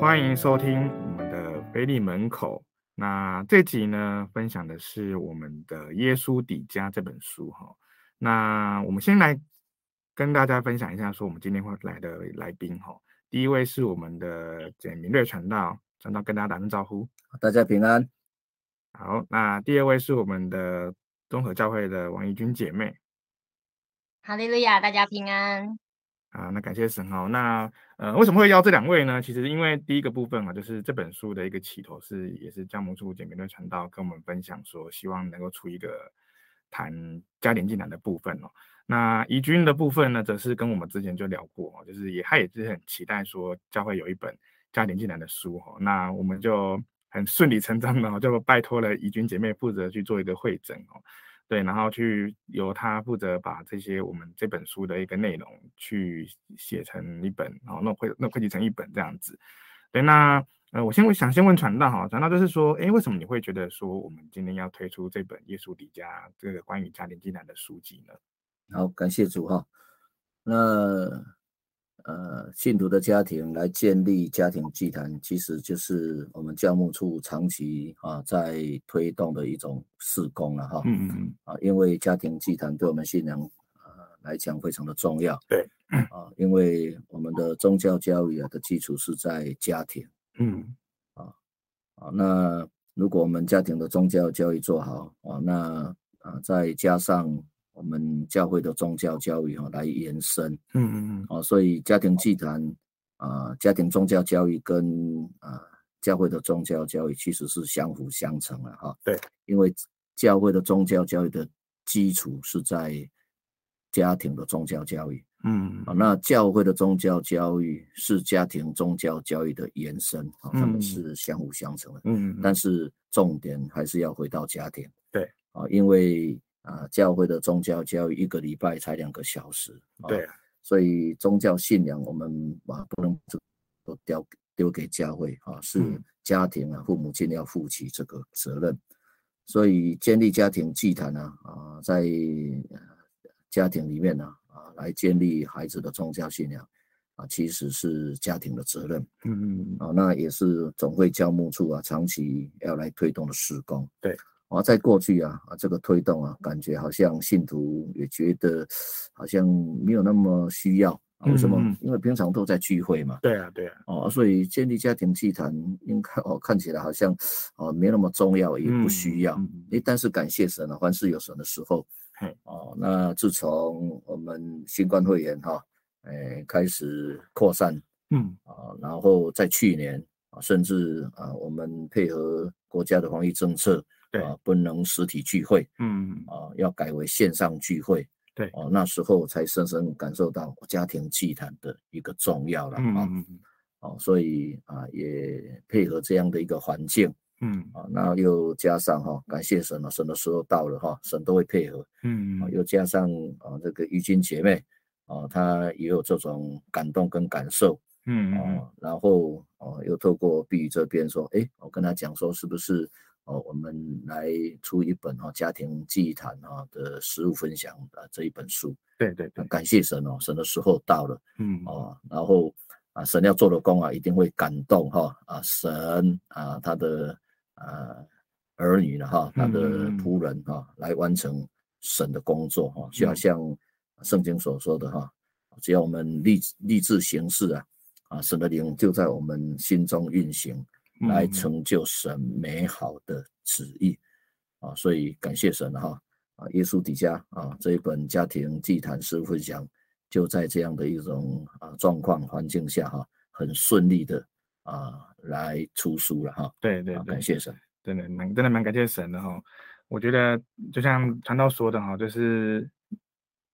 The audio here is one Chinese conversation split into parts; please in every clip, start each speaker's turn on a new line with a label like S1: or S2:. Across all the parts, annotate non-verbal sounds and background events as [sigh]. S1: 欢迎收听我们的腓利门口。那这集呢，分享的是我们的《耶稣底家》这本书哈。那我们先来跟大家分享一下，说我们今天会来的来宾哈。第一位是我们的简明瑞传道，传道跟大家打声招呼。
S2: 大家平安。
S1: 好，那第二位是我们的综合教会的王怡君姐妹。
S3: 哈利路亚，大家平安。
S1: 啊，那感谢神哦。那呃，为什么会邀这两位呢？其实因为第一个部分啊，就是这本书的一个起头是，也是教母处简明的传道跟我们分享说，希望能够出一个谈家庭进展的部分哦。那怡君的部分呢，则是跟我们之前就聊过、哦，就是也他也是很期待说教会有一本家庭进展的书哦。那我们就很顺理成章的、哦、就拜托了怡君姐妹负责去做一个会诊哦。对，然后去由他负责把这些我们这本书的一个内容去写成一本，然后弄汇弄汇集成一本这样子。对，那呃，我先问想先问传道哈，传道就是说，哎，为什么你会觉得说我们今天要推出这本《耶稣底家》这个关于家庭进展的书籍呢？
S2: 好，感谢主哈。那呃，信徒的家庭来建立家庭祭坛，其实就是我们教牧处长期啊在推动的一种事工了哈。
S1: 嗯嗯嗯。
S2: 啊，因为家庭祭坛对我们信仰呃来讲非常的重要。
S1: 对。 [clears throat]
S2: 啊，因为我们的宗教教育啊的基础是在家庭
S1: 嗯
S2: 啊。那如果我们家庭的宗教教育做好啊，那啊再加上我们教会的宗教教育啊来延伸，
S1: 嗯嗯嗯，
S2: 哦，所以家庭祭坛啊、家庭宗教教育跟啊、教会的宗教教育其实是相辅相成的哈。
S1: 对，
S2: 因为教会的宗教教育的基础是在家庭的宗教教育
S1: 嗯
S2: 啊，那教会的宗教教育是家庭宗教教育的延伸啊，他
S1: 嗯
S2: 们是相辅相成的。
S1: 嗯嗯
S2: 但是重点还是要回到家庭。
S1: 对
S2: 啊，因为啊、教会的宗教教育一个礼拜才两个小时。啊
S1: 对啊
S2: 所以宗教信仰我们啊不能只都丢丢给教会啊，是
S1: 嗯
S2: 家庭啊父母亲要负起这个责任。所以建立家庭祭坛啊啊，在呃家庭里面呢啊来建立孩子的宗教信仰啊，其实是家庭的责任。
S1: 嗯嗯
S2: 啊，那也是总会教牧处啊，长期要来推动的施工。
S1: 对，
S2: 啊，在过去啊，啊这个推动啊，感觉好像信徒也觉得好像没有那么需要。啊为什么？
S1: 嗯嗯
S2: 因为平常都在聚会嘛，
S1: 对啊对啊，
S2: 哦，所以建立家庭祭坛应该哦看起来好像哦没那么重要，也不需要。
S1: 嗯嗯
S2: 诶，但是感谢神啊，凡事有神的时候
S1: 嘿。
S2: 哦，那自从我们新冠肺炎哈、诶开始扩散
S1: 嗯
S2: 啊，然后在去年啊，甚至啊，我们配合国家的防疫政策，
S1: 对
S2: 啊，不能实体聚会
S1: 嗯
S2: 啊，要改为线上聚会，
S1: 对
S2: 哦、那时候才深深感受到家庭祭坛的一个重要了
S1: 嗯
S2: 啊，
S1: 嗯
S2: 哦、所以啊，也配合这样的一个环境
S1: 嗯
S2: 啊，那又加上哈、感谢神了、神的时候到了哈、神都会配合，
S1: 嗯
S2: 啊，又加上啊，这个于君姐妹啊，她也有这种感动跟感受。
S1: 嗯
S2: 哦，然后哦，又透过碧宇这边说，诶，我跟他讲说，是不是哦，我们来出一本哦家庭祭坛啊的实物分享啊这一本书、
S1: 对对
S2: 啊
S1: 对，
S2: 感谢神哦，神的时候到了
S1: 嗯
S2: 哦，然后啊，神要做的工啊，一定会感动哈、啊，神啊他的啊儿女了哈、他的
S1: 嗯嗯嗯
S2: 仆人哈、来完成神的工作哈、就好
S1: 嗯
S2: 像圣经所说的哈、只要我们立立志行事啊，啊，神的灵就在我们心中运行，来
S1: 嗯
S2: 成就神美好的旨意啊。所以感谢神哈啊，耶稣底下啊这一本家庭祭坛师分享，就在这样的一种啊状况环境下哈、很顺利的啊来出书了哈、
S1: 对对
S2: 啊，
S1: 对
S2: 感。谢神，
S1: 真的蛮真的蛮感谢神的哈、我觉得就像传道说的哈、就是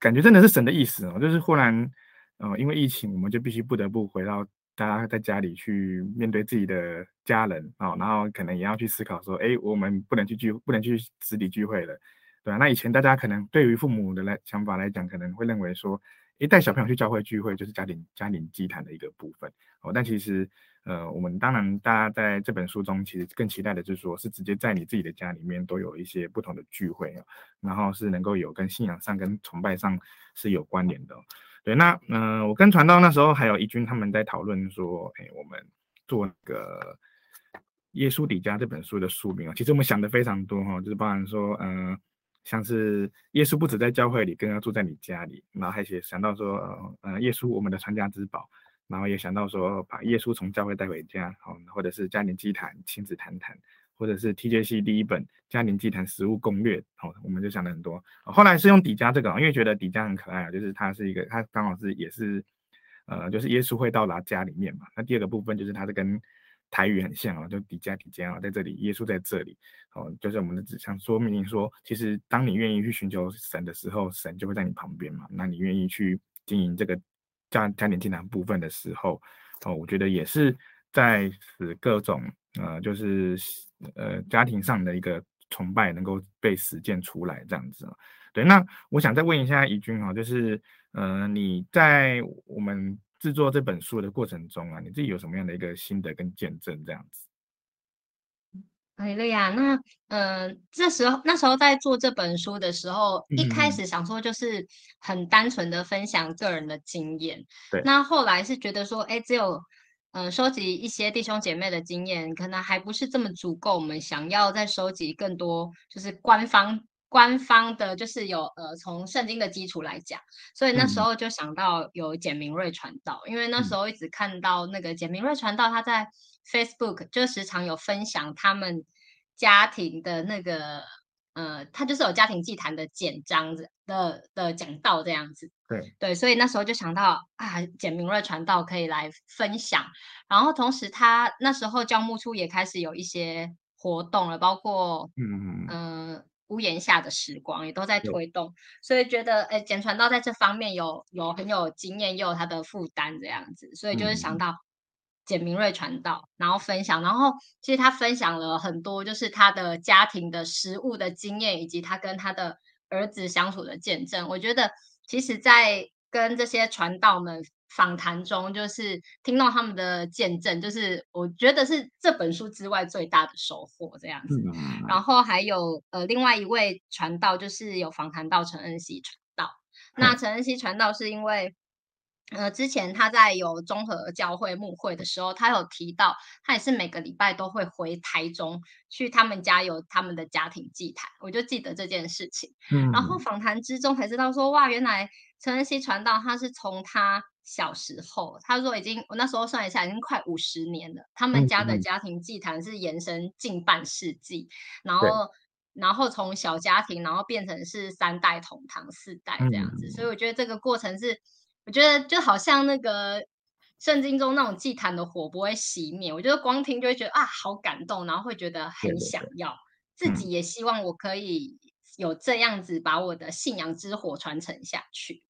S1: 感觉真的是神的意思哦，就是忽然呃，因为疫情，我们就必须不得不回到大家在家里去面对自己的家人啊、然后可能也要去思考说，哎，我们不能去聚，不能去实体聚会了，对啊吧、那以前大家可能对于父母的来想法来讲，可能会认为说，诶，带小朋友去教会聚会就是家庭家庭祭坛的一个部分。哦，但其实，呃，我们当然，大家在这本书中，其实更期待的就是说，是直接在你自己的家里面都有一些不同的聚会、哦，然后是能够有跟信仰上、跟崇拜上是有关联的哦、对，那嗯、呃我跟传道那时候还有怡君他们在讨论说，哎，我们做那个《耶稣底家》这本书的书名啊。其实我们想的非常多哈、就是包含说，嗯、像是耶稣不止在教会里，更要住在你家里，然后还写想到说，呃呃，耶稣我们的传家之宝，然后也想到说把耶稣从教会带回家，好、或者是家庭祭坛亲子谈谈，或者是 TJC 第一本《家庭祭坛食物攻略》，好、我们就想了很多。哦后来是用底迦这个哦，因为觉得底迦很可爱啊，就是它是一个，它刚好是也是，呃，就是耶稣会到达家里面嘛。那第二个部分就是它是跟台语很像哦，就底迦底迦哦，在这里，耶稣在这里哦，就是我们的只想说明说，其实当你愿意去寻求神的时候，神就会在你旁边嘛。那你愿意去经营这个家家庭祭坛部分的时候，哦，我觉得也是在使各种呃，就是呃家庭上的一个崇拜能够被实践出来这样子哦。对，那我想再问一下怡君哦，就是呃你在我们制作这本书的过程中啊，你自己有什么样的一个心得跟见证这样子？
S3: 哈利路亚。那呃，这时候那时候在做这本书的时候，一开
S1: 嗯
S3: 始想说就是很单纯的分享个人的经验。
S1: 对
S3: 那后来是觉得说，哎，只有嗯、呃收集一些弟兄姐妹的经验，可能还不是这么足够。我们想要再收集更多，就是官方。官方的，就是有呃，从圣经的基础来讲，所以那时
S1: 嗯
S3: 候就想到有简明瑞传道，因为那时
S1: 嗯
S3: 候一直看到那个简明瑞传道他在 Facebook 就时常有分享他们家庭的那个呃，他就是有家庭祭坛的简章子的的讲道这样子。
S1: 对
S3: 对，所以那时候就想到啊，简明瑞传道可以来分享，然后同时他那时候教牧处也开始有一些活动了，包括
S1: 嗯，
S3: 嗯，屋檐下的时光也都在
S1: 对
S3: 推动，所以觉得哎，简传道在这方面有有很有经验，也有他的负担这样子，所以就是
S1: 嗯
S3: 想到简明瑞传道，然后分享，然后其实他分享了很多，就是他的家庭的食物的经验，以及他跟他的儿子相处的见证。我觉得其实，在跟这些传道们访谈中，就是听到他们的见证，就是我觉得是这本书之外最大的收获这样子。
S1: 嗯
S3: 然后还有呃，另外一位传道就是有访谈到陈恩熙传道。那
S1: 嗯
S3: 陈恩熙传道是因为，呃，之前他在有综合教会牧会的时候，他有提到，他也是每个礼拜都会回台中去他们家有他们的家庭祭坛，我就记得这件事情。
S1: 嗯
S3: 然后访谈之中才知道说，哇，原来陈恩熙传道他是从他小时候，他说已经我那时候算一下，已经快五十年了。他们
S1: 嗯
S3: 家的
S1: 嗯
S3: 家庭祭坛是延伸近半世纪，然
S1: 对
S3: 后然后从小家庭，然后变成是三代同堂、四代这样
S1: 嗯
S3: 子。所以我觉得这个过程是，我觉得就好像那个。圣经中那种祭坛的火不会熄灭，我觉得光听就会觉得啊，好感动，然后会觉得很
S1: 对对
S3: 想要。自
S1: 嗯
S3: 己也希望我可以有这样子把我的信仰之火传承下去。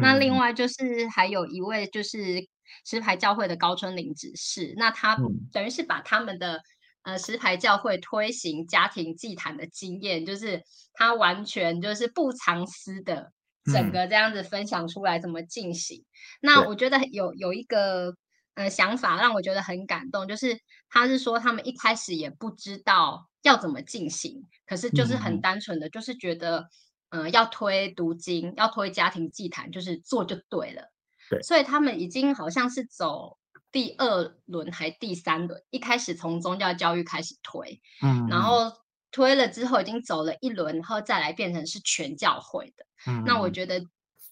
S3: 那另
S1: 嗯
S3: 外就是还有一位就是石牌教会的高春林执事，那他
S1: 嗯
S3: 等于是把他们的呃石牌教会推行家庭祭坛的经验，就是他完全就是不藏私的整
S1: 嗯
S3: 个这样子分享出来怎么进行。那
S1: 对
S3: 我觉得有有一个呃想法让我觉得很感动，就是他是说他们一开始也不知道要怎么进行，可是就是
S1: 嗯
S3: 很单纯的，就是觉得呃要推读经，要推家庭祭坛，就是做就对了。
S1: 对
S3: 所以他们已经好像是走第二轮还第三轮，一开始从宗教教育开始推，
S1: 嗯，
S3: 然后推了之后已经走了一轮，然后再来变成是全教会的。那我
S1: 嗯
S3: 觉得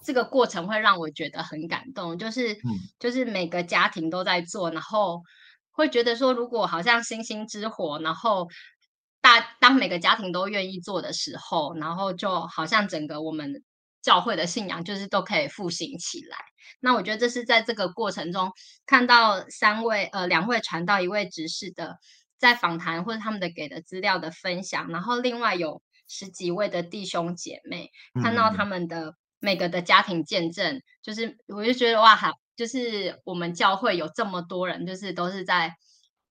S3: 这个过程会让我觉得很感动，就是、
S1: 嗯
S3: 就是每个家庭都在做，然后会觉得说，如果好像星星之火，然后大当每个家庭都愿意做的时候，然后就好像整个我们。教会的信仰就是都可以复兴起来。那我觉得这是在这个过程中看到三位呃两位传道一位执事的在访谈或者他们的给的资料的分享，然后另外有十几位的弟兄姐妹，看到他
S1: 嗯
S3: 们的每个的家庭见证，就是我就觉得哇哈，就是我们教会有这么多人，就是都是在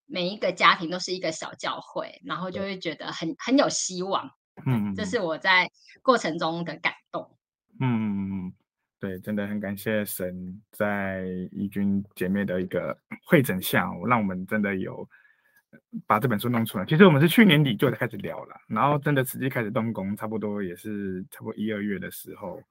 S3: 每一个家庭都是一个小教会，然后就会觉得很很有希望。
S1: 嗯，
S3: 这是我在过程中的感动。
S1: 嗯，对，真的很感谢神在义军姐妹的一个会诊下哦，让我们真的有把这本书弄出来。其实我们是去年底就开始聊了，然后真的实际开始动工，差不多也是差不多一二月的时候，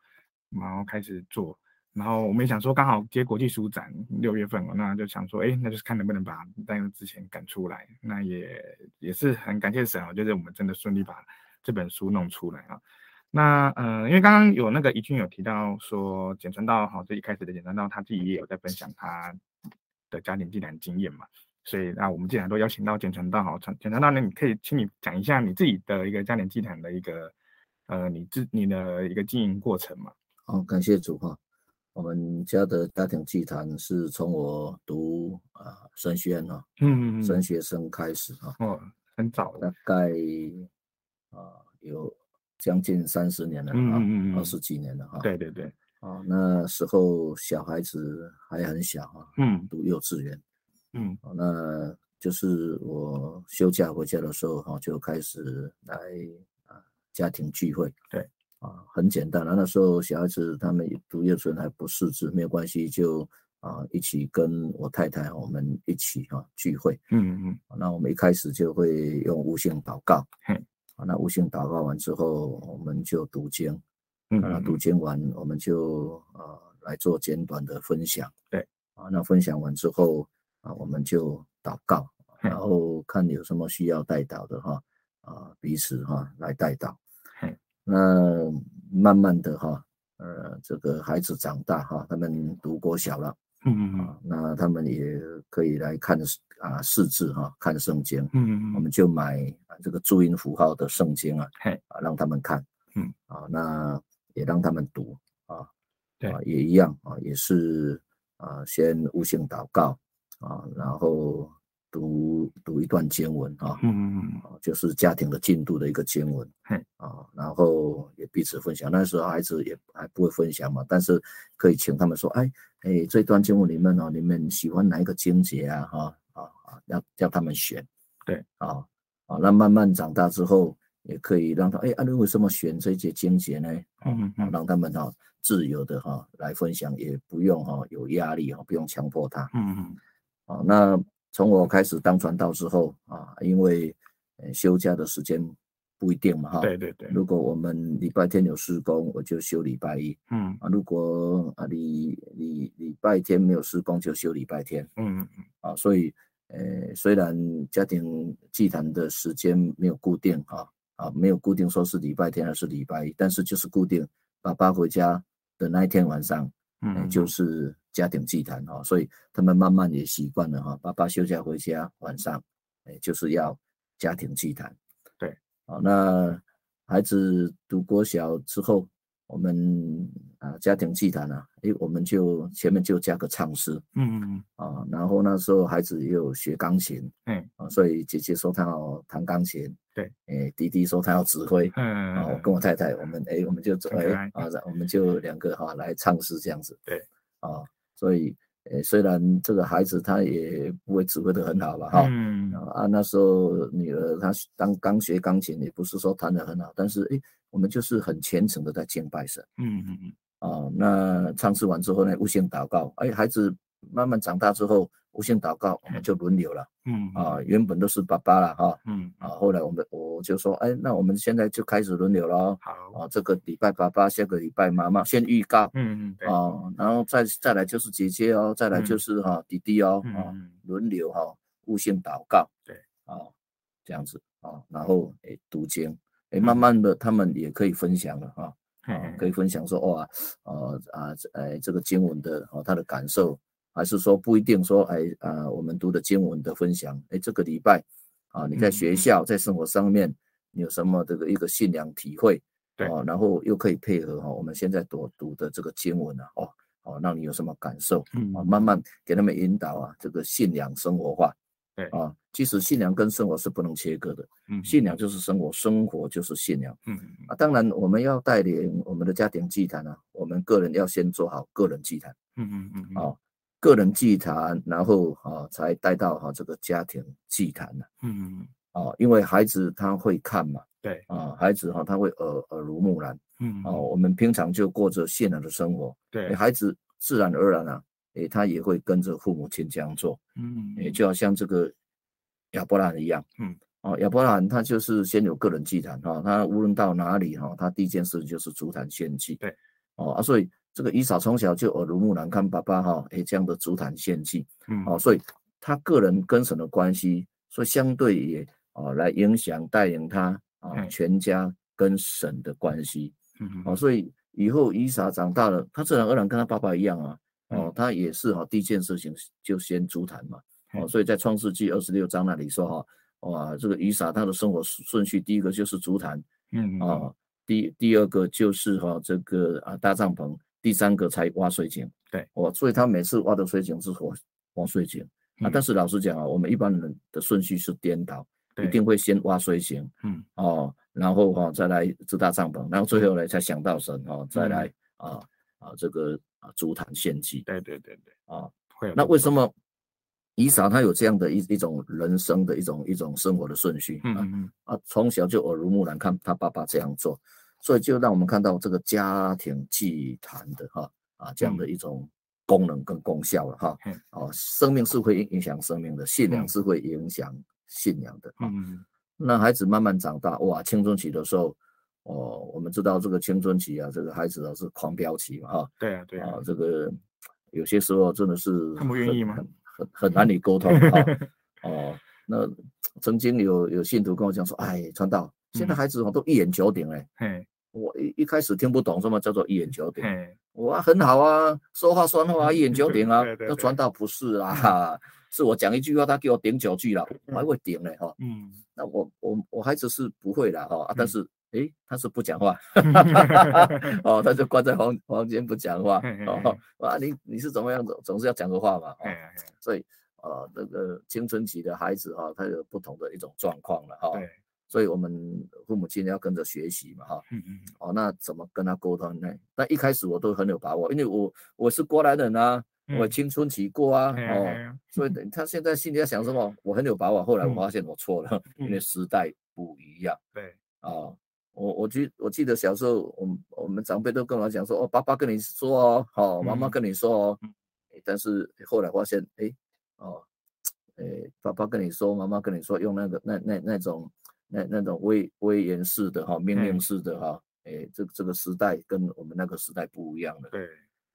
S1: 然后开始做。然后我们也想说，刚好接国际书展六月份哦，那就想说，哎，那就是看能不能把在之前赶出来。那也也是很感谢神哦，就是我们真的顺利把这本书弄出来啊、哦。那呃，因为刚刚有那个怡君有提到说，简传道哈，最一开始的简传道他自己也有在分享他的家庭祭坛经验嘛，所以那我们既然都邀请到简传道哈，简传道呢，你可以请你讲一下你自己的一个家庭祭坛的一个呃，你自你的一个经营过程嘛。
S2: 好，感谢主哈。我们家的家庭祭坛是从我读啊神学院啊，
S1: 嗯嗯嗯，
S2: 神学生开始啊，
S1: 哦，很早
S2: 大
S1: 了，
S2: 概啊有将近三十年了
S1: 嗯嗯嗯嗯
S2: 啊，二十几年了哈。
S1: 对对对，
S2: 啊，那时候小孩子还很小啊，
S1: 嗯
S2: 读幼稚园，
S1: 嗯
S2: 啊那就是我休假回家的时候哈、就开始来啊家庭聚会。
S1: 对，
S2: 啊，很简单了。那时候小孩子他们读幼稚园还不识字，没有关系，就啊一起跟我太太我们一起哈、聚会。啊
S1: 嗯嗯
S2: 那我们一开始就会用无性祷告
S1: 嘿，
S2: 啊，那无性祷告完之后，我们就读经。
S1: 嗯
S2: 啊，
S1: 嗯
S2: 读经完我们就呃来做简短的分享。
S1: 对，
S2: 啊，那分享完之后啊，我们就祷告，
S1: 嗯
S2: 然后看有什么需要代祷的哈，啊，彼此哈来代祷
S1: 嗯。
S2: 那慢慢的哈，呃，这个孩子长大哈，他们读国小了
S1: 嗯嗯
S2: 啊，那他们也可以来看啊识字哈，看圣经。
S1: 嗯
S2: 我
S1: 嗯
S2: 们就买啊这个注音符号的圣经啊
S1: 嘿，
S2: 啊让他们看，
S1: 嗯，
S2: 啊，那也让他们读啊，
S1: 对
S2: 啊，也一样啊，也是啊，先悟性祷告啊，然后读读一段经文啊，
S1: 嗯
S2: 啊就是家庭的进度的一个经文
S1: 嘿，
S2: 啊，然后也彼此分享。那时候孩子也还不会分享嘛，但是可以请他们说，哎哎，这段经文里面哦，你们喜欢哪一个经节啊？哈啊啊，让让他们选。
S1: 对，
S2: 啊啊，那慢慢长大之后，也可以让他，哎，啊，你为什么选这些经节呢？啊
S1: 嗯
S2: 啊
S1: 嗯
S2: 让他们哈、自由的哈、来分享，也不用哈、有压力哈、不用强迫他。
S1: 嗯
S2: 啊，那从我开始当传道之后啊，因为呃休假的时间不一定嘛哈。
S1: 嗯，对。对对，
S2: 如果我们礼拜天有施工，我就休礼拜一
S1: 嗯
S2: 啊；如果啊礼礼礼拜天没有施工，就休礼拜天
S1: 嗯
S2: 啊。所以，呃，虽然家庭祭坛的时间没有固定啊啊，没有固定说是礼拜天还是礼拜一，但是就是固定爸爸回家的那一天晚上，哎、
S1: 嗯，
S2: 就是家庭祭坛哈、所以他们慢慢也习惯了哈、爸爸休假回家晚上，哎、就是要家庭祭坛。
S1: 对，
S2: 好、那孩子读国小之后，我们啊家庭祭坛啊，哎、我们就前面就加个唱诗
S1: 嗯嗯
S2: 啊，然后那时候孩子也有学钢琴，
S1: 嗯
S2: 啊，所以姐姐说她要弹钢琴，
S1: 对，
S2: 哎、弟弟说他要指挥，
S1: 嗯，
S2: 啊，我跟我太太，我们哎、我们就走
S1: 很
S2: 哎
S1: 可爱
S2: 啊，然我们就两个哈、来唱诗这样子。
S1: 对，
S2: 啊，所以呃、虽然这个孩子他也不会指挥的很好了哈、
S1: 嗯
S2: 啊，那时候女儿她当刚学钢琴，也不是说弹的很好，但是哎、我们就是很虔诚的在敬拜神
S1: 嗯嗯
S2: 啊。那唱诗完之后呢，无限祷告，哎、孩子慢慢长大之后，无限祷告，我们就轮流了
S1: 嗯
S2: 啊。原本都是爸爸了哈。
S1: 嗯
S2: 啊，后来我们我就说，哎，那我们现在就开始轮流了。
S1: 好
S2: 啊，这个礼拜爸爸，下个礼拜妈妈，先预告
S1: 嗯嗯对
S2: 啊，然后再再来就是姐姐哦，再来
S1: 嗯
S2: 就是哈、弟弟哦，啊，
S1: 嗯
S2: 轮流哈、互相祷告，
S1: 对，
S2: 啊，这样子啊，然后诶读经，诶，
S1: 嗯
S2: 慢慢的他们也可以分享了哈、啊，可以分享说哇，呃啊，这哎这个经文的哦他的感受，还是说不一定说哎啊我们读的经文的分享，哎这个礼拜啊你在
S1: 嗯
S2: 学
S1: 嗯
S2: 校在生活上面你有什么这个一个信仰体会，
S1: 对
S2: 哦，然后又可以配合哈、哦我们现在读读的这个经文啊，哦哦让你有什么感受啊，
S1: 嗯
S2: 慢慢给他们引导啊，这个信仰生活化，
S1: 对
S2: 啊，其实信仰跟生活是不能切割的，
S1: 嗯
S2: 信仰就是生活，生活就是信仰。
S1: 嗯
S2: 啊，当然我们要带领我们的家庭祭坛啊，我们个人要先做好个人祭坛
S1: 嗯嗯
S2: 啊、个人祭坛，然后啊才带到哈、这个家庭祭坛呢
S1: 嗯
S2: 啊、因为孩子他会看嘛，
S1: 对
S2: 啊，孩子哈、他会耳耳濡目染
S1: 嗯
S2: 啊、我们平常就过着信仰的生活，哎
S1: 对
S2: 诶孩子自然而然啊，诶，他也会跟着父母亲这样做，
S1: 嗯
S2: 诶，就好像这个亚伯拉罕一样，
S1: 嗯，
S2: 哦，亚伯拉罕他就是先有个人祭坛哈、他无论到哪里哈、他第一件事就是足坛献祭，
S1: 对，
S2: 哦啊，所以这个伊嫂从小就耳濡目染，看爸爸哈，诶这样的足坛献祭，
S1: 嗯，
S2: 哦，所以他个人跟神的关系，所以相对也哦来影响带领他啊
S1: 嗯
S2: 全家跟神的关系。
S1: 嗯
S2: 哦，所以以后伊莎长大了，他自然而然跟他爸爸一样啊，哦
S1: 嗯，
S2: 他也是哈、第一件事情就先足坛嘛，哦，
S1: 嗯
S2: 所以在创世纪二十六章那里说哈、哇，这个伊莎他的生活顺顺序，第一个就是足坛
S1: 嗯，
S2: 啊，第第二个就是哈、这个啊搭帐篷，第三个才挖水井，
S1: 对，
S2: 哦，所以他每次挖的水井是挖挖水井啊，
S1: 嗯
S2: 但是老实讲啊，我们一般人的顺序是颠倒，一
S1: 对
S2: 定会先挖水井，
S1: 嗯
S2: 哦，然后哈、再来支搭帐篷，然后最后呢才想到神哦，再
S1: 嗯
S2: 来啊啊这个啊足坛献祭
S1: 对对对对，
S2: 啊。
S1: 会有
S2: 那
S1: 这
S2: 为
S1: 种
S2: 什么以撒他有这样的一一种人生的一种一种生活的顺序
S1: 嗯
S2: 啊
S1: 嗯嗯
S2: 啊？从小就耳濡目染，看他爸爸这样做，所以就让我们看到这个家庭祭坛的哈啊这样的
S1: 嗯
S2: 一种功能跟功效了哈
S1: 嘿。
S2: 哦、生命是会影响生命的，信仰
S1: 嗯
S2: 是会影响信仰的啊。
S1: 嗯嗯
S2: 那孩子慢慢长大，哇，青春期的时候，哦，我们知道这个青春期啊，这个孩子啊是狂飙期嘛，哈、
S1: 对啊对
S2: 啊，
S1: 啊，
S2: 这个有些时候真的是
S1: 他不愿
S2: 很
S1: 意吗
S2: 很很很难以沟通哈、
S1: [laughs]
S2: 哦，那曾经有有信徒跟我讲说，哎，传道，现在
S1: 嗯
S2: 孩子哦都一言九鼎哎，
S1: 嘿
S2: 我一一开始听不懂什么叫做一言九鼎，
S1: 嘿，
S2: 我很好啊，说话算话啊，一言九鼎
S1: [laughs]
S2: 啊
S1: 对对。
S2: 那
S1: 对
S2: 传道不是啊，是我讲一句话，他给我顶九句了，我还会顶嘞哈。
S1: 嗯，
S2: 那我我我孩子是不会啦哈、啊但
S1: 嗯
S2: 是诶，他是不
S1: [laughs]
S2: 讲话，哦，他就关在房房间不讲话
S1: 嘿嘿
S2: 哦
S1: 嘿，
S2: 啊，你你是怎么样总总是要讲个话嘛，哦
S1: 哎，呀
S2: 所以呃，那个青春期的孩子啊，他有不同的一种状况了哈、
S1: 对，
S2: 所以我们父母亲要跟着学习嘛哈、
S1: 嗯嗯
S2: 哦，那怎么跟他沟通呢？那一开始我都很有把握，因为我我是过来人啊，
S1: 嗯，
S2: 我青春期过啊，
S1: 哎呀
S2: 哦
S1: 哎，呀
S2: 所以等他现在心里在想什么，我很有把握。后来我
S1: 嗯
S2: 发现我错了，因为
S1: 嗯
S2: 时代不一样
S1: 对，
S2: 啊、我我记我记得小时候，我们我们长辈都跟我讲说，哦，爸爸跟你说哦，好、妈妈
S1: 嗯
S2: 跟你说哦。
S1: 嗯
S2: 诶但是后来发现，哎，哦，哎，爸爸跟你说，妈妈跟你说，用那个那那那种那那种威威严式的哈、命令
S1: 嗯
S2: 式的哈、诶哎，这这个时代跟我们那个时代不一样了
S1: 对，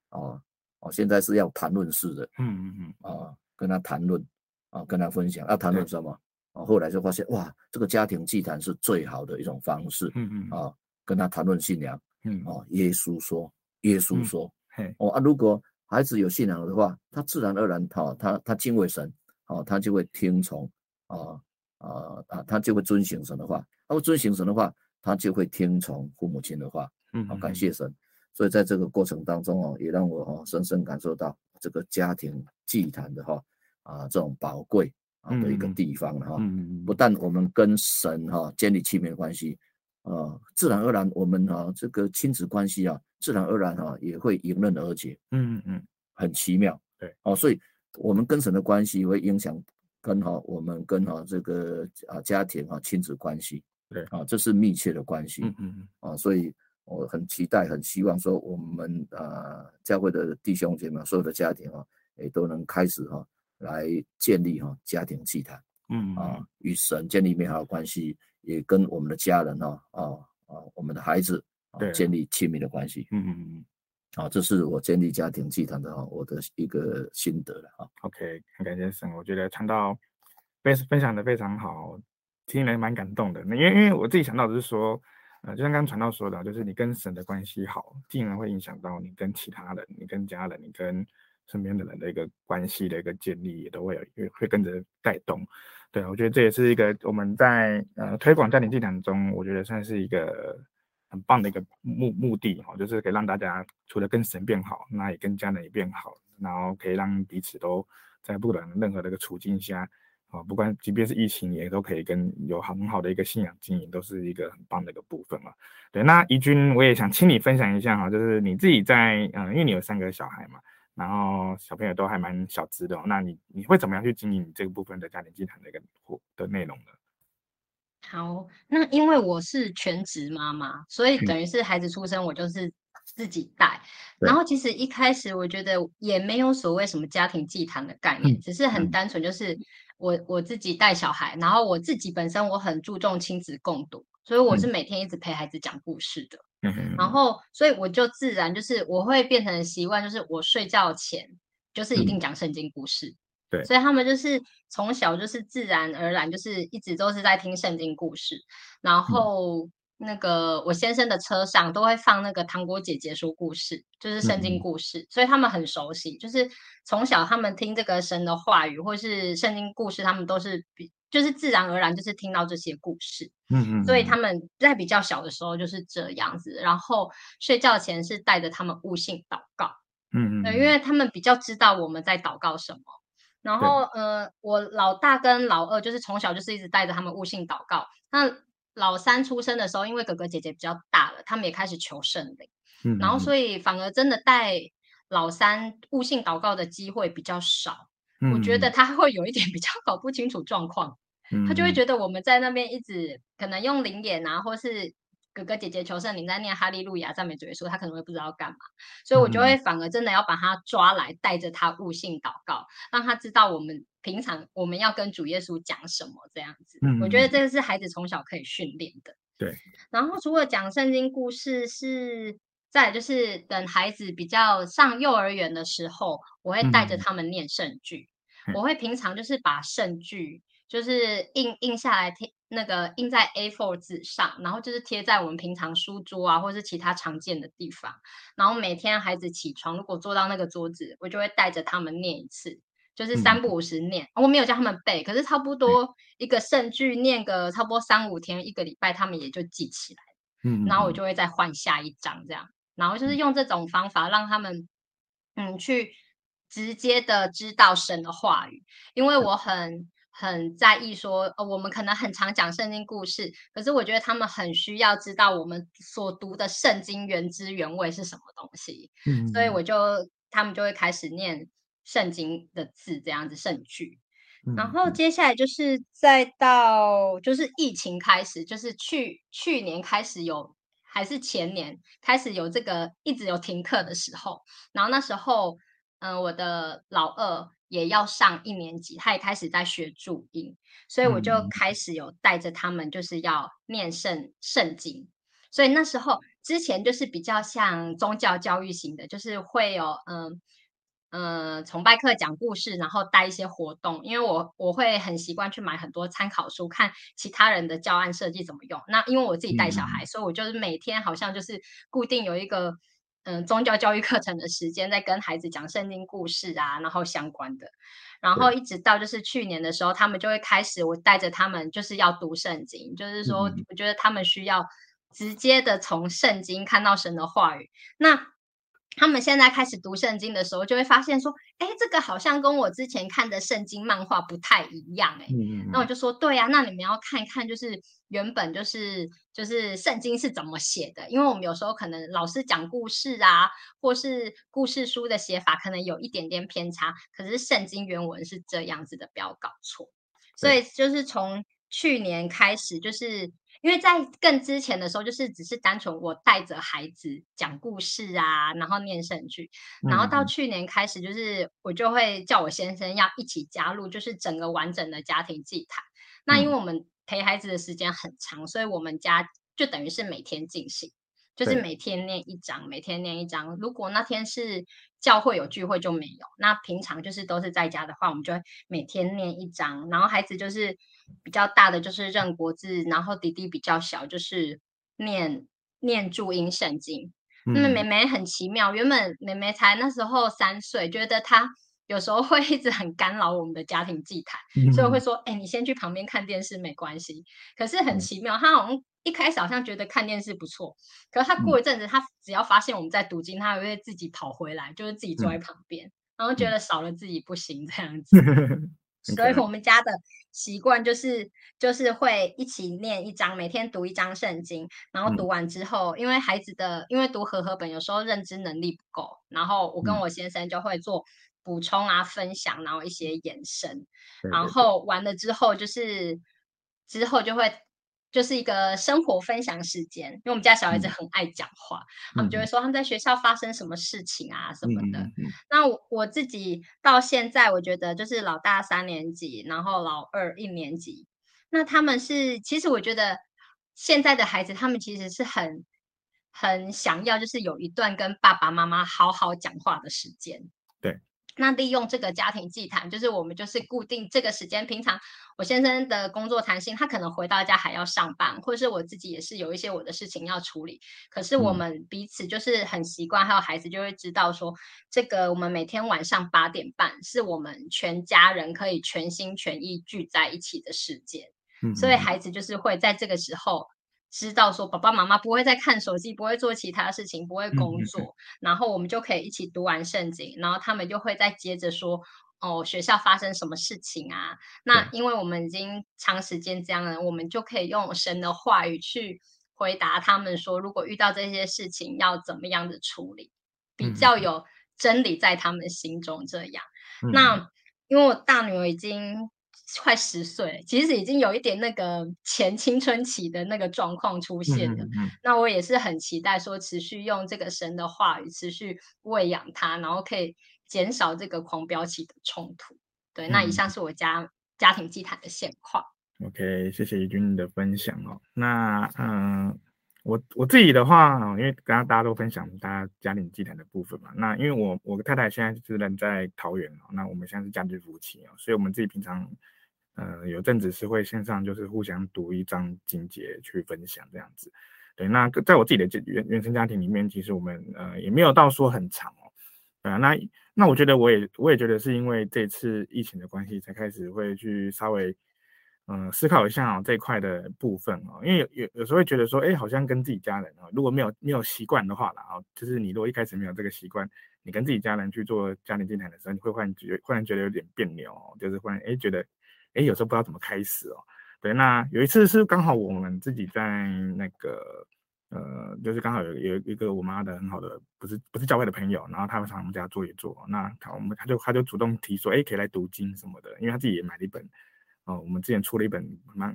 S2: 啊。哦，现在是要谈论式的，
S1: 嗯嗯
S2: 啊，跟他谈论啊，跟他分享，要、谈论
S1: 对
S2: 什么？啊，后来就发现哇，这个家庭祭坛是最好的一种方式
S1: 嗯嗯嗯
S2: 啊，跟他谈论信仰
S1: 嗯
S2: 啊，耶稣说，耶稣
S1: 嗯
S2: 说，
S1: 嘿，
S2: 哦啊，如果孩子有信仰的话，他自然而然哈、他他敬畏神，哦、他就会听从啊啊啊，他就会遵行神的话，他会遵行神的话，他就会听从父母亲的话，
S1: 嗯
S2: 好，哦感谢神。所以在这个过程当中哦，也让我哦深深感受到这个家庭祭坛的哈啊这种宝贵啊的一个
S1: 嗯嗯嗯
S2: 地方了哈。
S1: 嗯，嗯
S2: 不但我们跟神哈、建立亲密的关系，啊，自然而然我们啊这个亲子关系啊，自然而然啊也会迎刃而解，
S1: 嗯嗯嗯
S2: 很奇妙。
S1: 对，
S2: 哦，所以我们跟神的关系会影响跟哈、我们跟哈、这个啊家庭啊亲子关系。
S1: 对
S2: 啊，这是密切的关系。
S1: 嗯嗯
S2: 啊，所以我很期待，很希望说我们呃教会的弟兄姐妹，所有的家庭啊，也都能开始哈、来建立哈、家庭祭坛
S1: 嗯嗯
S2: 啊
S1: 嗯，
S2: 与神建立美好的关系，也跟我们的家人哈啊啊我们的孩子啊
S1: 对
S2: 建立亲密的关系
S1: 嗯嗯嗯
S2: 啊，这是我建立家庭祭坛的哈、我的一个心得了啊。
S1: ，OK，很感谢神，我觉得传道分分享的非常好，听人蛮感动的。那因为因为我自己想到的是说，呃，就像刚刚传道说的，就是你跟神的关系好，竟然会影响到你跟其他人、你跟家人、你跟身边的人的一个关系的一个建立，也都会有也会跟着带动。对，啊我觉得这也是一个我们在呃推广家庭祭坛中，我觉得算是一个很棒的一个目目的哈、哦，就是可以让大家除了跟神变好，那也跟家人也变好，然后可以让彼此都在不管任何的一个处境下，啊、不管即便是疫情，也都可以跟有很好的一个信仰经营，都是一个很棒的一个部分啊。对，那怡君，我也想请你分享一下哈、就是你自己在嗯、呃因为你有三个小孩嘛，然后小朋友都还蛮小资的、哦，那你你会怎么样去经营你这个部分的家庭祭坛的一个活的内容呢？
S3: 好，那因为我是全职妈妈，所以
S1: 嗯
S3: 等于是孩子出生我就是自己带。
S2: 对
S3: 然后其实一开始我觉得也没有所谓什么家庭祭坛的概念，
S1: 嗯
S3: 只是很
S1: 嗯
S3: 单纯就是我我自己带小孩，然后我自己本身我很注重亲子共读，所以我是每天一直陪孩子讲故事的。
S1: 嗯
S3: 然后，所以我就自然就是我会变成习惯，就是我睡觉前就是一定讲圣经故事。
S1: 嗯对
S3: 所以他们就是从小就是自然而然就是一直都是在听圣经故事，
S1: 嗯
S3: 然后那个我先生的车上都会放那个糖果姐姐说故事，就是圣
S1: 嗯
S3: 经故事，所以他们很熟悉，就是从小他们听这个神的话语或是圣经故事，他们都是比就是自然而然就是听到这些故事。
S1: 嗯嗯，
S3: 所以
S1: 嗯
S3: 他们在比较小的时候就是这样子，然后睡觉前是带着他们悟性祷告，
S1: 嗯嗯，
S3: 对，因为他们比较知道我们在祷告什么。然
S1: 对
S3: 后，呃，我老大跟老二就是从小就是一直带着他们悟性祷告。那老三出生的时候，因为哥哥姐姐比较大了，他们也开始求圣灵，
S1: 嗯
S3: 然后
S1: 嗯
S3: 所以反而真的带老三悟性祷告的机会比较少。
S1: 嗯
S3: 我觉
S1: 嗯
S3: 得他会有一点比较搞不清楚状况。
S1: 嗯
S3: 他就会
S1: 嗯
S3: 觉得我们在那边一直可能用灵眼啊，或是哥哥姐姐求圣灵在念哈利路亚赞美主耶稣，他可能会不知道干嘛，所以我就会
S1: 嗯
S3: 反而真的要把他抓来，带着他悟性祷告，让他知道我们平常我们要跟主耶稣讲什么这样子。我觉得
S1: 嗯
S3: 这个是孩子从小可以训练的。
S1: 对。
S3: 然后除了讲圣经故事是。再来就是等孩子比较上幼儿园的时候，我会带着
S1: 嗯
S3: 他们念圣句，
S1: 嗯
S3: 我会平常就是把圣句就是印印下来贴那个印在 A4 纸上，然后就是贴在我们平常书桌啊，或是其他常见的地方。然后每天孩子起床，如果坐到那个桌子，我就会带着他们念一次，就是三
S1: 嗯
S3: 不五时念。我没有叫他们背，可是差不多一个圣句念个差不多三五天，一个礼拜他们也就记起来。
S1: 嗯，
S3: 然后我
S1: 嗯
S3: 就会再换下一张这样，然后就是用这种方法让他们，嗯，去直接的知道神的话语，因为我很很在意说，呃，我们可能很常讲圣经故事，可是我觉得他们很需要知道我们所读的圣经原汁原味是什么东西，
S1: 嗯
S3: 所以
S1: 嗯
S3: 我就他们就会开始念圣经的字这样子圣句，然
S1: 嗯
S3: 后
S1: 嗯
S3: 接下来就是再到就是疫情开始，就是去去年开始有，还是前年开始有这个一直有停课的时候，然后那时候，嗯、我的老二也要上一年级，他也开始在学注音，所以我就
S1: 嗯
S3: 开始有带着他们就是要念圣圣经，所以那时候之前就是比较像宗教教育型的，就是会有嗯呃崇拜课讲故事，然后带一些活动，因为我我会很习惯去买很多参考书，看其他人的教案设计怎么用。那因为我自己带小孩，所以我就是每天好像就是固定有一个。嗯，宗教教育课程的时间在跟孩子讲圣经故事啊，然后相关的，然后一直到就是去年的时候，他们就会开始，我带着他们就是要读圣经，就是说，
S1: 嗯
S3: 我觉得他们需要直接的从圣经看到神的话语。那他们现在开始读圣经的时候，就会发现说，哎，这个好像跟我之前看的圣经漫画不太一样、诶
S1: 嗯嗯
S3: 那我就说，对呀、啊那你们要看一看，就是原本就是就是圣经是怎么写的，因为我们有时候可能老师讲故事啊，或是故事书的写法可能有一点点偏差，可是圣经原文是这样子的，不要搞错。所
S1: 对
S3: 以就是从去年开始，就是因为在更之前的时候，就是只是单纯我带着孩子讲故事啊，然后念圣句，然后到
S1: 嗯
S3: 去年开始，就是我就会叫我先生要一起加入，就是整个完整的家庭祭坛。那因为
S1: 嗯
S3: 我们陪孩子的时间很长，所以我们家就等于是每天进行，就是
S1: 对
S3: 每天念一章，每天念一章。如果那天是教会有聚会就没有，那平常就是都是在家的话，我们就会每天念一章。然后孩子就是比较大的就是认国字，然后弟弟比较小就是念念注音圣经。那么
S1: 嗯
S3: 妹妹很奇妙，原本妹妹才那时候三岁，觉得她有时候会一直很干扰我们的家庭祭坛，所以我会
S1: 嗯
S3: 说：“哎、你先去旁边看电视没关系。”可是很
S1: 嗯
S3: 奇妙，她好像一开始好像觉得看电视不错，可是她
S1: 嗯
S3: 过一阵子，她只要发现我们在读经，她还会自己跑回来，就是自己坐在旁边，然后觉
S1: 嗯
S3: 得少了自己不行这样
S1: [laughs]
S3: 子。
S1: 很
S3: 所以
S1: 可爱
S3: 我们家的习惯就是就是会一起念一章，每天读一章圣经，然后
S1: 嗯
S3: 读完之后，因为孩子的因为读和合本有时候认知能力不够，然后我跟
S1: 嗯
S3: 我先生就会做补充啊、分享，然后一些延伸，
S1: 对
S3: 然
S1: 对
S3: 后完了之后就是之后就会。就是一个生活分享时间，因为我们家小孩子
S1: 嗯
S3: 很爱讲话，他们
S1: 嗯
S3: 就会说他们在学校发生什么事情啊什
S1: 嗯
S3: 么的，
S1: 嗯嗯
S3: 那我我自己到现在，我觉得就是老大三年级，然后老二一年级。那他们是，其实我觉得现在的孩子，他们其实是很很想要，就是有一段跟爸爸妈妈好好讲话的时间。
S1: 对，
S3: 那利用这个家庭祭坛，就是我们就是固定这个时间，平常我先生的工作弹性，他可能回到家还要上班，或者是我自己也是有一些我的事情要处理。可是我
S2: 嗯
S3: 们彼此就是很习惯，还有孩子就会知道说，这个我们每天晚上八点半是我们全家人可以全心全意聚在一起的时间。
S1: 嗯
S3: 所以
S1: 嗯
S3: 孩子就是会在这个时候知道说，爸爸妈妈不会再看手机，不会做其他事情，不会
S1: 嗯嗯
S3: 工
S1: 嗯
S3: 作，然后我们就可以一起读完圣经，然后他们就会再接着说。哦，学校发生什么事情啊？那因为我们已经长时间这样了，我们就可以用神的话语去回答他们说，如果遇到这些事情要怎么样的处理，比
S1: 嗯嗯
S3: 较
S1: 嗯
S3: 有真理在他们心中这样。
S1: 嗯嗯
S3: 那因为我大女儿已经快十岁了，其实已经有一点那个前青春期的那个状况出现了。
S1: 嗯嗯
S3: 那我也是很期待说，持续用这个神的话语持续喂养她，然后可以减少这个狂飙期的冲突。对，那
S1: 嗯
S3: 以上是我家家庭祭坛的现况。
S1: OK，谢谢怡君的分享哦。那嗯、呃我我自己的话，因为刚刚大家都分享大家家庭祭坛的部分嘛，那因为我我太太现在是人在桃园哦，那我们现在是家居夫妻哦，所以我们自己平常呃有阵子是会线上就是互相读一张经节去分享这样子。对，那在我自己的这原原生家庭里面，其实我们呃也没有到说很长哦，对啊，那那我觉得我也我也觉得是因为这次疫情的关系，才开始会去稍微嗯、呃思考一下、哦、这一块的部分哦，因为有有有时候会觉得说，哎，好像跟自己家人哦，如果没有没有习惯的话啦，哦，就是你如果一开始没有这个习惯，你跟自己家人去做家庭祭坛的时候，你会忽然觉忽然觉得有点别扭、哦，就是忽然哎觉得哎有时候不知道怎么开始哦。对，那有一次是刚好我们自己在那个呃，就是刚好有有一个我妈的很好的，不是不是教会的朋友，然后他们常我们家坐一坐，那他我们他就他就主动提说，哎，可以来读经什么的，因为他自己也买了一本，哦，我们之前出了一本蛮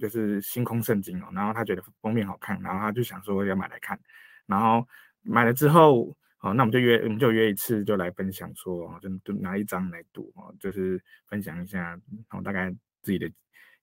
S1: 就是星空圣经哦，然后他觉得封面好看，然后他就想说要买来看，然后买了之后，哦，那我们就约我们就约一次，就来分享说，哦就就拿一张来读哦，就是分享一下，哦，大概自己的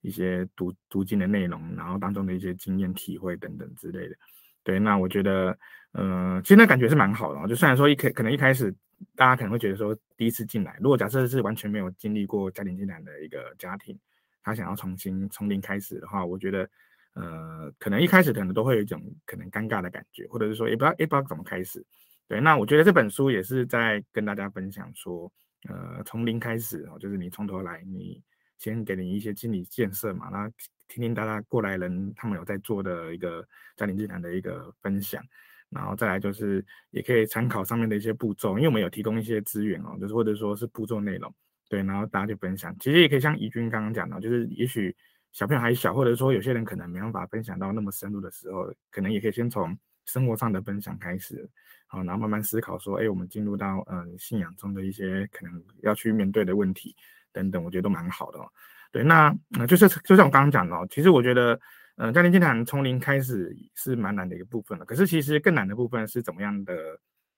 S1: 一些读读经的内容，然后当中的一些经验体会等等之类的。对，那我觉得，呃，其实那感觉是蛮好的、哦。就虽然说一可可能一开始大家可能会觉得说第一次进来，如果假设是完全没有经历过家庭进来的一个家庭，他想要重新从零开始的话，我觉得，呃，可能一开始可能都会有一种可能尴尬的感觉，或者是说也不知道也不知道怎么开始。对，那我觉得这本书也是在跟大家分享说，呃，从零开始哦，就是你从头来，你先给你一些心理建设嘛，然后听听大家过来人他们有在做的一个家庭祭坛的一个分享，然后再来就是也可以参考上面的一些步骤，因为我们有提供一些资源哦，就是或者说是步骤内容，对，然后大家去分享。其实也可以像怡君刚刚讲的，哦就是也许小朋友还小，或者说有些人可能没办法分享到那么深入的时候，可能也可以先从生活上的分享开始，好，然后慢慢思考说，哎，我们进入到呃信仰中的一些可能要去面对的问题等等，我觉得都蛮好的哦。对，那、呃、就是就像我刚刚讲的哦，其实我觉得，呃，家庭祭坛从零开始是蛮难的一个部分了。可是其实更难的部分是怎么样的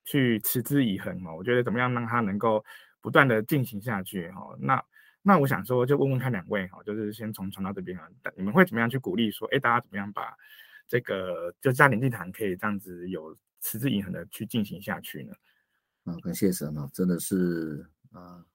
S1: 去持之以恒哦？我觉得怎么样让它能够不断的进行下去哈、哦。那那我想说，就问问看两位哈、哦，就是先从传到这边啊，你们会怎么样去鼓励说，哎，大家怎么样把这个就家庭祭坛可以这样子有持之以恒的去进行下去呢？
S2: 啊，感谢神啊，真的是啊，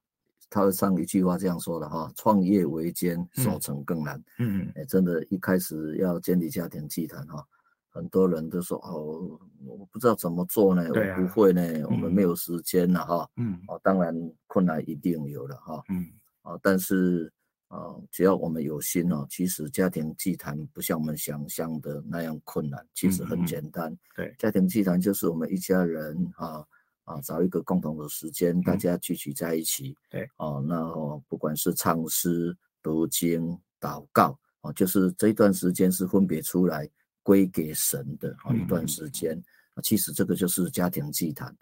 S2: 他上一句话这样说的哈，创业维艰，守
S1: 嗯
S2: 成更难。
S1: 嗯
S2: 哎，真的，一开始要建立家庭祭坛哈，很多人都说哦，我不知道怎么做呢，
S1: 对
S2: 我不
S1: 啊
S2: 会呢，我们
S1: 嗯
S2: 没有时间了哈。
S1: 嗯
S2: 哦，当然困难一定有了哈。
S1: 嗯
S2: 啊，但是啊，只要我们有心哦，其实家庭祭坛不像我们想象的那样困难，其实
S1: 嗯嗯
S2: 很
S1: 嗯
S2: 简单。
S1: 对
S2: 家庭祭坛就是我们一家人啊啊，找一个共同的时间，大
S1: 嗯
S2: 家聚集在一起。
S1: 对，
S2: 哦，那哦不管是唱诗、读经、祷告，哦，就是这一段时间是分别出来归给神的啊一
S1: 嗯嗯
S2: 段时间。啊其实这个就是家庭祭坛。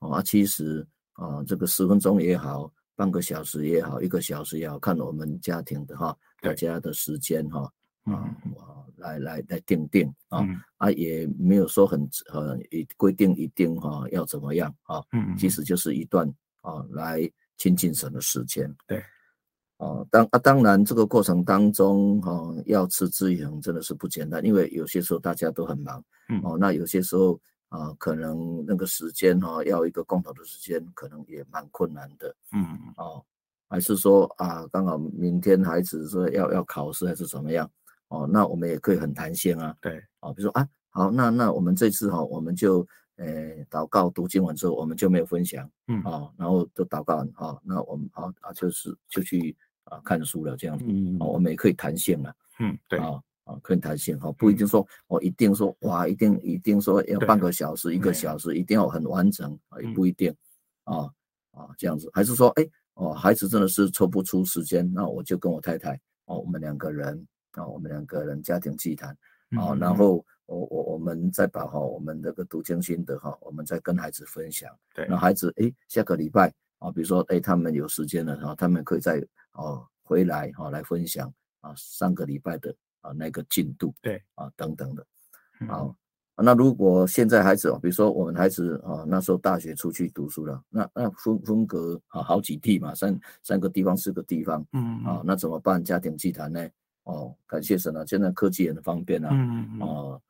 S2: 哦啊，其实啊，这个十分钟也好，半个小时也好，一个小时也好，看我们家庭的哈，大
S1: 对
S2: 家的时间哈，
S1: 嗯
S2: 啊啊，来来来定定啊、
S1: 嗯
S2: 啊，也没有说很很一规定一定哈、要怎么样啊，
S1: 嗯，
S2: 其实就是一段啊来亲近神的时间。
S1: 对，
S2: 哦，当啊，当然这个过程当中，哦，要持之以恒真的是不简单，因为有些时候大家都很忙，
S1: 嗯
S2: 哦，那有些时候啊、可能那个时间哈、哦，要一个共同的时间，可能也蛮困难的，
S1: 嗯
S2: 哦，还是说啊，刚好明天孩子说要要考试还是怎么样，哦，那我们也可以很弹性啊，
S1: 对，
S2: 哦，比如说啊，好，那那我们这次哈、我们就呃祷告读经文之后，我们就没有分享，
S1: 嗯
S2: 哦，然后就祷告完，哦，那我们好啊，就是就去啊看书了这样子，
S1: 嗯
S2: 哦，我们也可以弹性了，
S1: 嗯对嗯
S2: 啊。啊，可以弹性哈，不一定说，我、一定说哇，一定一定说要
S1: 对
S2: 半个小时、一个
S1: 对
S2: 小时，一定要很完整啊，也
S1: 嗯
S2: 不一定，啊啊这样子，还是说，哎哦，孩子真的是抽不出时间，那我就跟我太太哦，我们两个人啊，我们两个人家庭祭坛啊，
S1: 嗯
S2: 然
S1: 嗯
S2: 后我我我们再把哈我们这个读经心得哈，我们再跟孩子分享，
S1: 对
S2: 那孩子哎下个礼拜啊，比如说哎他们有时间了哈，他们可以再哦回来哈来分享啊上个礼拜的啊那个进度，
S1: 对
S2: 啊等等的，
S1: 嗯
S2: 好，啊那如果现在孩子，哦比如说我们孩子啊，那时候大学出去读书了，那那分分隔啊好几地嘛，三三个地方四个地方
S1: 嗯
S2: 啊，那怎么办？家庭祭坛呢？哦，感谢神啊，现在科技也很方便啊，
S1: 嗯嗯
S2: 啊，我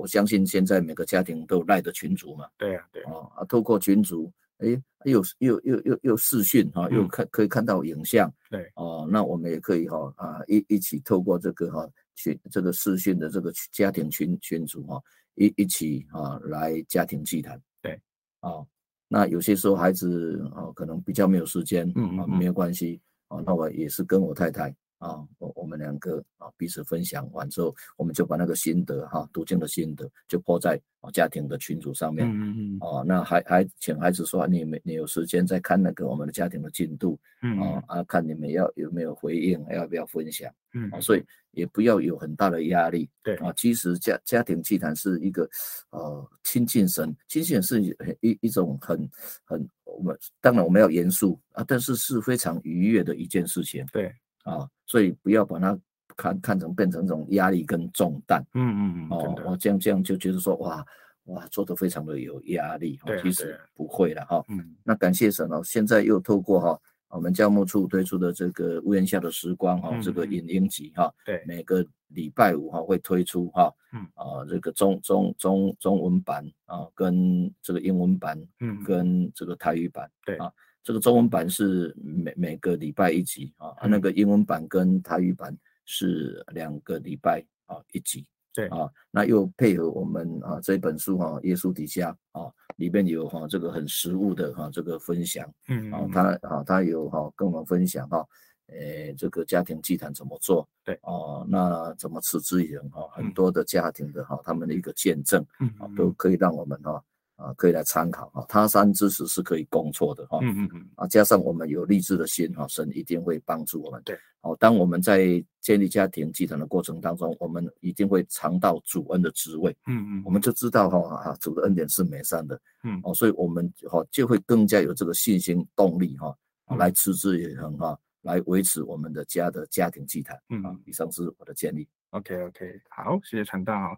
S2: 我相信现在每个家庭都有赖的群组嘛，
S1: 对啊对啊
S2: 啊啊，透过群组，哎，又又又又又视讯哈、啊，又
S1: 嗯
S2: 看可以看到影像，
S1: 对
S2: 哦，那我们也可以哈啊一一起透过这个哈、群这个视讯的这个群家庭群群组哈、一一起啊来家庭祭坛。
S1: 对，
S2: 哦，那有些时候孩子哦可能比较没有时间，
S1: 嗯
S2: 啊
S1: 嗯嗯
S2: 没有关系啊，那我也是跟我太太啊，我我们两个啊彼此分享完之后，我们就把那个心得哈、读经的心得就抛在啊家庭的群组上面。
S1: 嗯嗯嗯
S2: 哦，那还还请孩子说，你没你有时间再看那个我们的家庭的进度，哦
S1: 嗯
S2: 啊，看你们要有没有回应，要不要分享
S1: 嗯
S2: 啊，所以也不要有很大的压力
S1: 对
S2: 啊。其实家家庭祭坛是一个呃亲近神，亲近神是很一一种很很我们当然我们要严肃啊，但是是非常愉悦的一件事情
S1: 对
S2: 啊，所以不要把它看看成变成一种压力跟重担
S1: 嗯嗯嗯真
S2: 哦。
S1: 的
S2: 我这样这样就觉得说哇哇做的非常的有压力，哦
S1: 对啊
S2: 其
S1: 对
S2: 实
S1: 啊
S2: 不会了哈。
S1: 嗯
S2: 那感谢神哦，现在又透过哈、我们教牧处推出的这个屋檐下的时光哈、
S1: 嗯
S2: 这个
S1: 嗯
S2: 影音集哈、
S1: 对
S2: 每个礼拜五哈、会推出哈、
S1: 嗯
S2: 啊这个中中中中文版啊跟这个英文版
S1: 嗯
S2: 跟这个台语版
S1: 对
S2: 啊，这个中文版是每每个礼拜一集啊，啊那
S1: 嗯
S2: 个英文版跟台语版是两个礼拜啊一集。
S1: 对
S2: 啊，那又配合我们啊这本书哈、耶稣底下啊，里面有哈、这个很实物的哈、这个分享
S1: 嗯
S2: 啊
S1: 嗯，
S2: 他啊他有哈、跟我们分享哈、诶这个家庭祭坛怎么做，
S1: 对
S2: 哦、那怎么持之以恒哈、很
S1: 嗯
S2: 多的家庭的哈、他们的一个见证
S1: 嗯
S2: 啊，都可以让我们哈啊可以来参考啊，他山之石是可以攻错的哈、
S1: 嗯嗯嗯
S2: 啊，加上我们有励志的心哈、神一定会帮助我们。
S1: 对，
S2: 哦，当我们在建立家庭祭坛的过程当中，我们一定会尝到主恩的滋味，
S1: 嗯嗯，
S2: 我们就知道哈、啊，主的恩典是美善的，
S1: 嗯
S2: 哦，所以我们哈、就会更加有这个信心动力哈、啊
S1: 嗯
S2: 来持之以恒哈、哦来维持我们的家的家庭祭坛。啊
S1: 嗯，
S2: 以上是我的建议。
S1: OK OK，好，谢谢传道哦。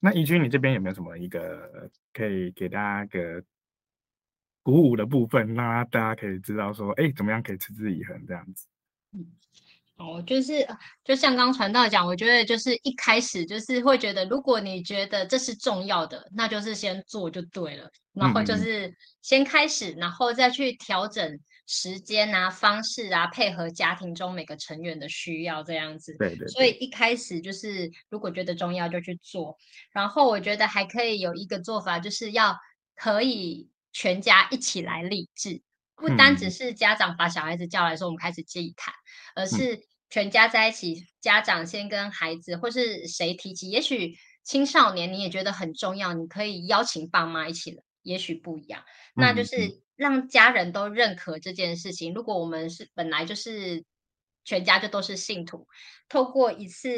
S1: 那怡君，你这边有没有什么一个呃可以给大家个鼓舞的部分，让大家可以知道说，哎，怎么样可以持之以恒这样子？
S3: 哦，就是呃就像刚传道讲，我觉得就是一开始就是会觉得，如果你觉得这是重要的，那就是先做就对了，然后就
S1: 嗯嗯嗯
S3: 是先开始，然后再去调整时间啊、方式啊，配合家庭中每个成员的需要这样子。
S1: 对对，
S3: 所以一开始就是如果觉得重要就去做，然后我觉得还可以有一个做法，就是要可以全家一起来励志，不单只
S1: 嗯
S3: 是家长把小孩子叫来说我们开始祭坛，而是全家在一起，家长先跟孩子或是谁提起，也许青少年你也觉得很重要，你可以邀请爸妈一起来，也许不一样。那就
S1: 嗯
S3: 是让家人都认可这件事情。如果我们是本来就是全家就都是信徒，透过一次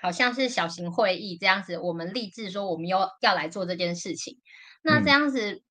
S3: 好像是小型会议这样子，我们立志说我们要要来做这件事情。那
S1: 嗯
S3: 这样子，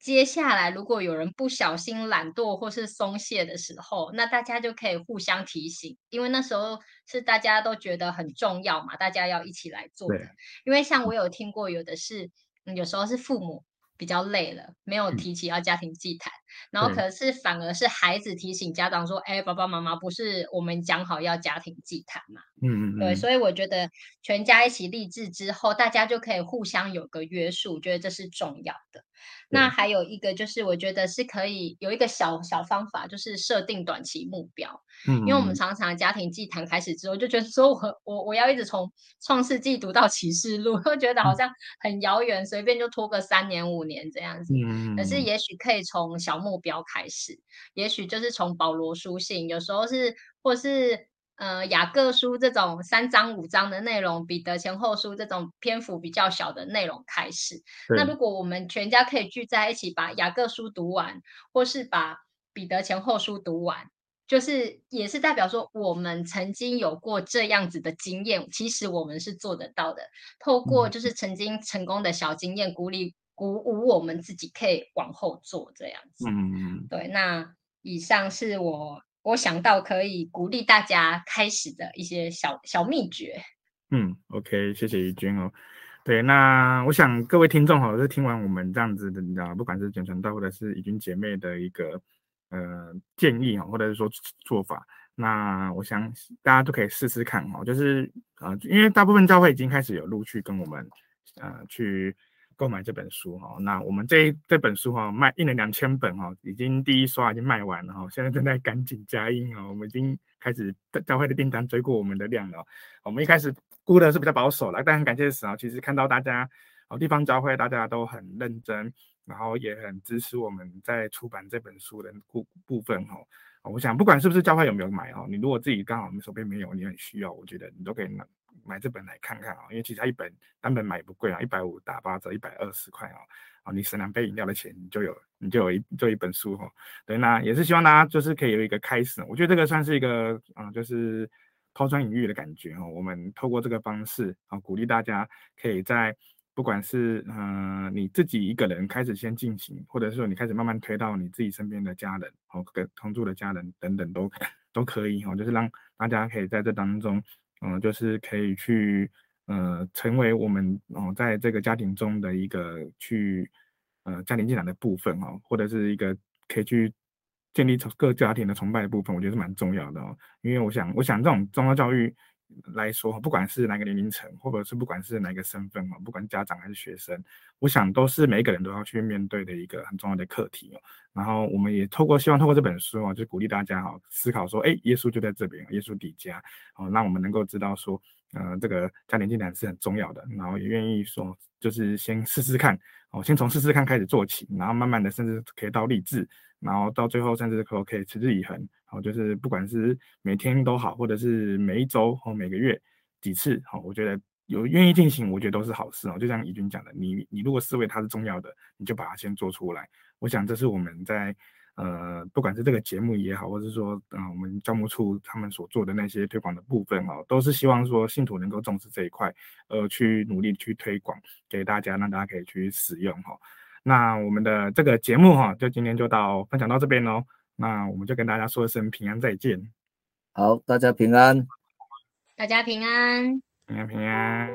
S3: 接下来如果有人不小心懒惰或是松懈的时候，那大家就可以互相提醒，因为那时候是大家都觉得很重要嘛，大家要一起来做的
S1: 对。
S3: 因为像我有嗯听过，有的是、嗯有时候是父母比较累了，没有
S1: 嗯
S3: 提起要家庭祭坛，然后可是反而是孩子提醒家长说：“哎，爸爸妈妈，不是我们讲好要家庭祭坛嘛？”
S1: 嗯嗯，
S3: 对，所以我觉得全家一起励志之后，大家就可以互相有个约束，觉得这是重要的。那还有一个就是，我觉得是可以有一个小小方法，就是设定短期目标。
S1: 嗯，
S3: 因为我们常常家庭祭坛开始之后，就觉得说我我我要一直从《创世纪》读到《启示录》， [laughs] 又觉得
S1: 嗯
S3: 好像很遥远，随便就拖个三年五年这样子。
S1: 嗯，
S3: 可是也许可以从小目标开始，也许就是从保罗书信，有时候是或是。呃，雅各书这种三章五章的内容，彼得前后书这种篇幅比较小的内容开始。那
S1: 嗯
S3: 如果我们全家可以聚在一起，把雅各书读完，或是把彼得前后书读完，就是也是代表说我们曾经有过这样子的经验，其实我们是做得到的。透过就是曾经成功的小经验，鼓励鼓舞我们自己，可以往后做这样子。
S1: 嗯嗯，
S3: 对。那以上是我。我想到可以鼓励大家开始的一些小小秘诀。
S1: 嗯，OK，谢谢怡君哦。对，那我想各位听众哈，是听完我们这样子的，你知道，不管是简传道或者是怡君姐妹的一个呃建议哈，或者是说做法，那我想大家都可以试试看哈。就是啊、呃，因为大部分教会已经开始有陆续跟我们呃去购买这本书哈。那我们这这本书哈，卖印了两千本哈，已经第一刷已经卖完了哈，现在正在赶紧加印哦。我们已经开始教会的订单追过我们的量了。我们一开始估的是比较保守了，但很感谢神啊，其实看到大家哦，地方教会大家都很认真，然后也很支持我们在出版这本书的部部分哈。我想不管是不是教会有没有买哦，你如果自己刚好你手边没有，你很需要，我觉得你都可以拿。买这本来看看啊、哦，因为其实它一本单本买不贵啊，一百五打八折，一百二十块啊、哦，啊、哦，你省两杯饮料的钱，你就有你就有一就一本书哈。对，那也是希望大家就是可以有一个开始，我觉得这个算是一个啊、呃，就是抛砖引玉的感觉哦。我们透过这个方式啊，鼓励大家可以在不管是嗯、呃、你自己一个人开始先进行，或者是说你开始慢慢推到你自己身边的家人哦，跟同住的家人等等都都可以哦，就是让大家可以在这当中。嗯，就是可以去，呃，成为我们哦，在这个家庭中的一个去，呃，家庭进展的部分哦，或者是一个可以去建立各家庭的崇拜的部分，我觉得是蛮重要的哦。因为我想，我想这种宗教教育来说，不管是哪个年龄层，或者是不管是哪个身份哦，不管家长还是学生，我想都是每一个人都要去面对的一个很重要的课题哦。然后我们也透过希望透过这本书啊、哦，就鼓励大家哈、哦、思考说，哎，耶稣就在这边，耶稣底家哦，让我们能够知道说，呃，这个家庭进展是很重要的。然后也愿意说，就是先试试看哦，先从试试看开始做起，然后慢慢的甚至可以到励志，然后到最后甚至可可以持之以恒。哦，就是不管是每天都好，或者是每一周或、哦、每个月几次，好，我觉得。有愿意进行，我觉得都是好事哦。就像怡君讲的，你你如果思维它是重要的，你就把它先做出来。我想这是我们在呃，不管是这个节目也好，或者说嗯、呃，我们教务处他们所做的那些推广的部分哦，都是希望说信徒能够重视这一块，呃，去努力去推广给大家，让大家可以去使用哈、哦。那我们的这个节目哈、哦，就今天就到分享到这边喽。那我们就跟大家说一声平安再见。
S2: 好，大家平安。
S3: 大家平安。
S1: 平安平安。